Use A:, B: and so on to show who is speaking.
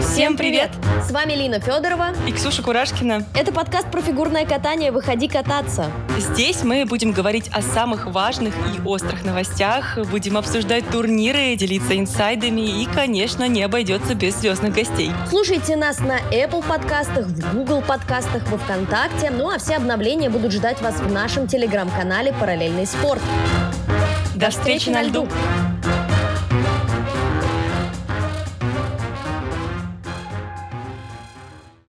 A: Всем привет!
B: С вами Лина Федорова.
A: И Ксюша Курашкина.
B: Это подкаст про фигурное катание «Выходи кататься».
A: Здесь мы будем говорить о самых важных и острых новостях, будем обсуждать турниры, делиться инсайдами и, конечно, не обойдется без звездных гостей.
B: Слушайте нас на Apple подкастах, в Google подкастах, во Вконтакте. Ну а все обновления будут ждать вас в нашем телеграм-канале «Параллельный спорт».
A: До встречи на льду!